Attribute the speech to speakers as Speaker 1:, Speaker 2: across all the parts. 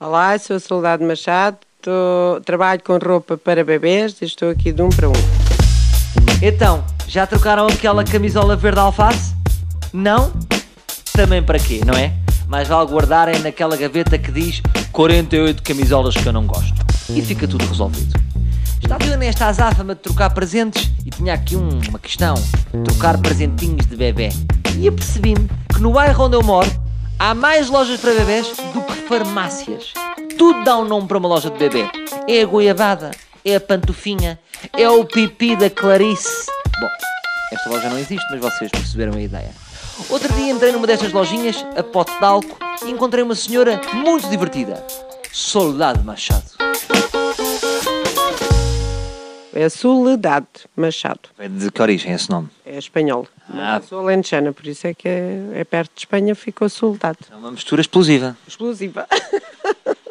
Speaker 1: Olá, sou a Soldado Machado, tô- trabalho com roupa para bebês e estou aqui de um para um.
Speaker 2: Então, já trocaram aquela camisola verde alface? Não? Também para quê, não é? Mas vale guardarem naquela gaveta que diz 48 camisolas que eu não gosto. E fica tudo resolvido. Estava eu nesta azáfama de trocar presentes e tinha aqui um- uma questão. Trocar presentinhos de bebê. E apercebi-me que no bairro onde eu moro há mais lojas para bebês do que farmácias. Tudo dá um nome para uma loja de bebê. É a goiabada, é a pantofinha, é o pipi da Clarice. Bom, esta loja não existe, mas vocês perceberam a ideia. Outro dia entrei numa destas lojinhas, a pote de álcool, e encontrei uma senhora muito divertida. Soldado Machado.
Speaker 1: É Soledade Machado,
Speaker 2: De que origem é esse nome?
Speaker 1: é espanhol.
Speaker 2: Ah.
Speaker 1: Mas eu sou alentejana, por isso é que é, é perto de Espanha, ficou Soledade.
Speaker 2: É uma mistura explosiva.
Speaker 1: Exclusiva.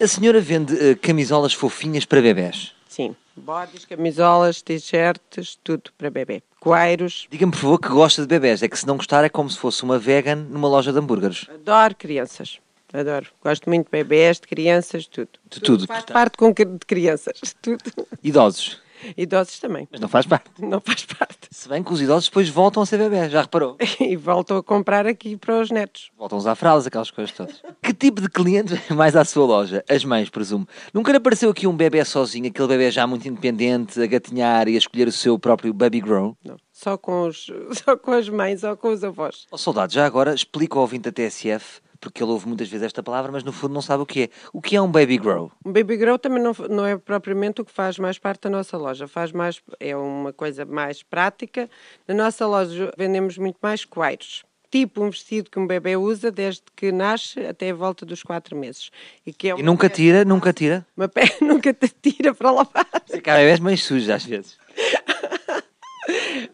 Speaker 2: A senhora vende eh, camisolas fofinhas para bebés.
Speaker 1: Sim, bodes, camisolas, t-shirts, tudo para bebê. Coeiros,
Speaker 2: Diga-me, por favor, que gosta de bebés. É que se não gostar é como se fosse uma vegan numa loja de hambúrgueres.
Speaker 1: adoro crianças. Adoro. Gosto muito de bebês, de crianças, tudo.
Speaker 2: De tudo,
Speaker 1: Faz
Speaker 2: portanto.
Speaker 1: parte com cri- de crianças, tudo.
Speaker 2: Idosos.
Speaker 1: Idosos também,
Speaker 2: Mas não faz parte.
Speaker 1: não faz parte.
Speaker 2: Se bem que os idosos depois voltam a ser bebés, já reparou?
Speaker 1: E volto a comprar aqui para os netos.
Speaker 2: Voltam a usar fraldas, aquelas coisas todas. Que tipo de cliente vem mais à sua loja? As mães, presumo. Nunca lhe apareceu aqui um bebê sozinho, aquele bebê já muito independente, a gatinhar e a escolher o seu próprio baby grow?
Speaker 1: Não. Só com, os, só com as mães ou com os avós.
Speaker 2: Ó Oh, soldado, já agora explica ao ouvinte da TSF, porque ele ouve muitas vezes esta palavra, mas no fundo não sabe o que é. O que é um baby grow?
Speaker 1: O Baby Grow também não, f- não é propriamente o que faz mais parte da nossa loja. Faz mais, é uma coisa mais prática. Na nossa loja vendemos muito mais coeiros. Tipo um vestido que um bebê usa desde que nasce até a volta dos quatro meses. E, que é
Speaker 2: E
Speaker 1: uma
Speaker 2: nunca
Speaker 1: pe-
Speaker 2: tira, nunca tira.
Speaker 1: Uma pé nunca te tira para lavar.
Speaker 2: Fica bebés mais sujos às vezes.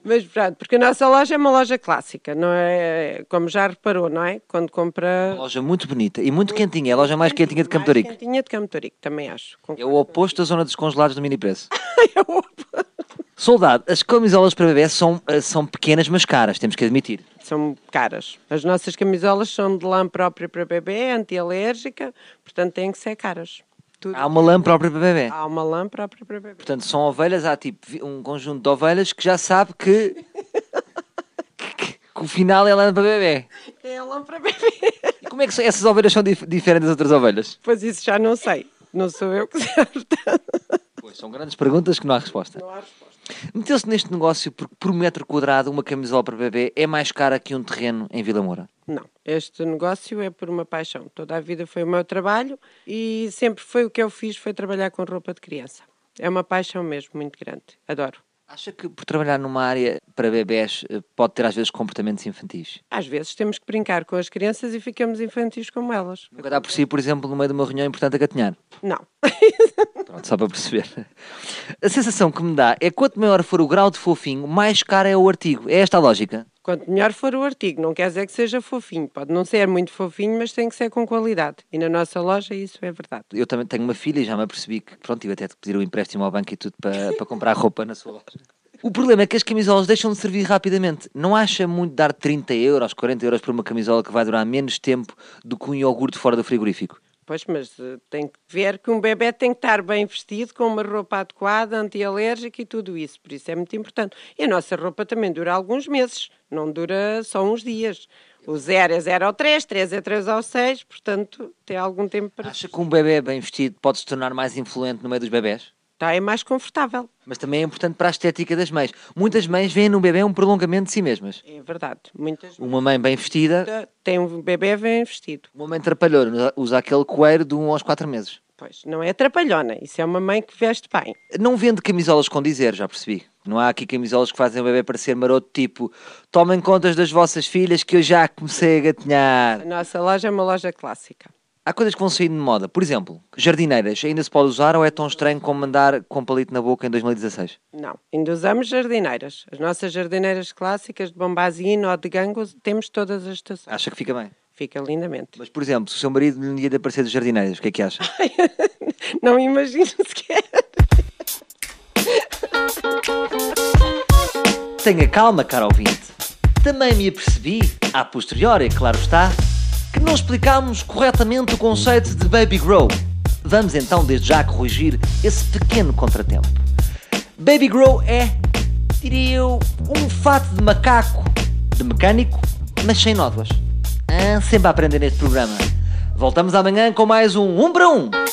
Speaker 1: Mas pronto, porque a nossa loja é uma loja clássica, não é? Como já reparou, não é? Quando compra.
Speaker 2: Uma loja muito bonita e muito quentinha, é a loja mais quentinha de Campo de
Speaker 1: Mais
Speaker 2: Rico.
Speaker 1: quentinha de Campo de Rico, também acho.
Speaker 2: É o oposto da zona dos congelados do mini preço.
Speaker 1: É o oposto.
Speaker 2: Soldado, as camisolas para bebés são, eh, são pequenas mas caras, temos que admitir.
Speaker 1: são caras. As nossas camisolas são de lã própria para bebê, antialérgica, portanto têm que ser caras. Tudo.
Speaker 2: Há uma lã própria para bebê.
Speaker 1: Há uma lã própria para bebê.
Speaker 2: Portanto, são ovelhas, há tipo vi- um conjunto de ovelhas que já sabe que, que, que- que o final é lã para bebê.
Speaker 1: É a lã para bebê.
Speaker 2: E como é que são- essas ovelhas são dif- diferentes das outras ovelhas?
Speaker 1: Pois isso já não sei. Não sou eu que sei. portanto,
Speaker 2: Pois, são grandes perguntas que não há resposta.
Speaker 1: Não há resposta.
Speaker 2: Meteu-se neste negócio porque por metro quadrado uma camisola para bebê é mais cara que um terreno em Vila Moura.
Speaker 1: Não. Este negócio é por uma paixão. Toda a vida foi o meu trabalho e sempre foi o que eu fiz foi trabalhar com roupa de criança. É uma paixão mesmo muito grande. Adoro.
Speaker 2: Acha que por trabalhar numa área para bebés eh, pode ter às vezes comportamentos infantis?
Speaker 1: Às vezes temos que brincar com as crianças e ficamos infantis como elas.
Speaker 2: Nunca dá por si, por exemplo, no meio de uma reunião importante a gatinhar.
Speaker 1: Não.
Speaker 2: Pronto, só para perceber. A sensação que me dá é que quanto maior for o grau de fofinho, mais caro é o artigo. É esta a lógica.
Speaker 1: Quanto melhor for o artigo, não quer dizer que seja fofinho. Pode não ser muito fofinho, mas tem que ser com qualidade. E na nossa loja isso é verdade.
Speaker 2: Eu também tenho uma filha e já me apercebi que, pronto, tive até de pedir um empréstimo ao banco e tudo para, para comprar roupa na sua loja. O problema é que as camisolas deixam de servir rapidamente. Não acha muito dar 30 euros, 40 euros por uma camisola que vai durar menos tempo do que um iogurte fora do frigorífico?
Speaker 1: Pois, mas eh, tem que ver que um bebê tem que estar bem vestido, com uma roupa adequada, antialérgica e tudo isso. Por isso é muito importante. E a nossa roupa também dura alguns meses, não dura só uns dias. O 0 é 0 ao 3, 3 é 3 ao 6, portanto tem algum tempo para.
Speaker 2: Acha que um bebê bem vestido pode se tornar mais influente no meio dos bebés?
Speaker 1: Tá, é mais confortável.
Speaker 2: Mas também é importante para a estética das mães. Muitas mães veem no bebê um prolongamento de si mesmas.
Speaker 1: É verdade. Muitas.
Speaker 2: Uma mãe bem vestida,
Speaker 1: Tem um bebê bem vestido.
Speaker 2: uma mãe trapalhona, usa- usa aquele coeiro de um aos quatro meses.
Speaker 1: Pois, não é atrapalhona. Isso é uma mãe que veste bem.
Speaker 2: Não vende camisolas com dizer, já percebi. Não há aqui camisolas que fazem o bebê parecer maroto, tipo tomem contas das vossas filhas que eu já comecei a
Speaker 1: A
Speaker 2: gatinhar.
Speaker 1: nossa loja é uma loja clássica.
Speaker 2: Há coisas que vão saindo de moda. Por exemplo, jardineiras ainda se pode usar ou é tão estranho como andar com palito na boca em 2016?
Speaker 1: Não, ainda usamos jardineiras. As nossas jardineiras clássicas de bombazino ou de gango temos todas as estações.
Speaker 2: Acha que fica bem.
Speaker 1: Fica lindamente.
Speaker 2: Mas, por exemplo, se o seu marido lhe ia de aparecer de jardineiras, o que é que acha?
Speaker 1: Não imagino sequer.
Speaker 2: Tenha calma, caro ouvinte. Também me apercebi, a posteriori, claro é está, que não explicámos corretamente o conceito de baby grow. Vamos então desde já corrigir esse pequeno contratempo. Baby grow é, diria eu, um fato de macaco, de mecânico, mas sem nódoas. Ah, sempre a aprender neste programa. Voltamos amanhã com mais um 1 para 1.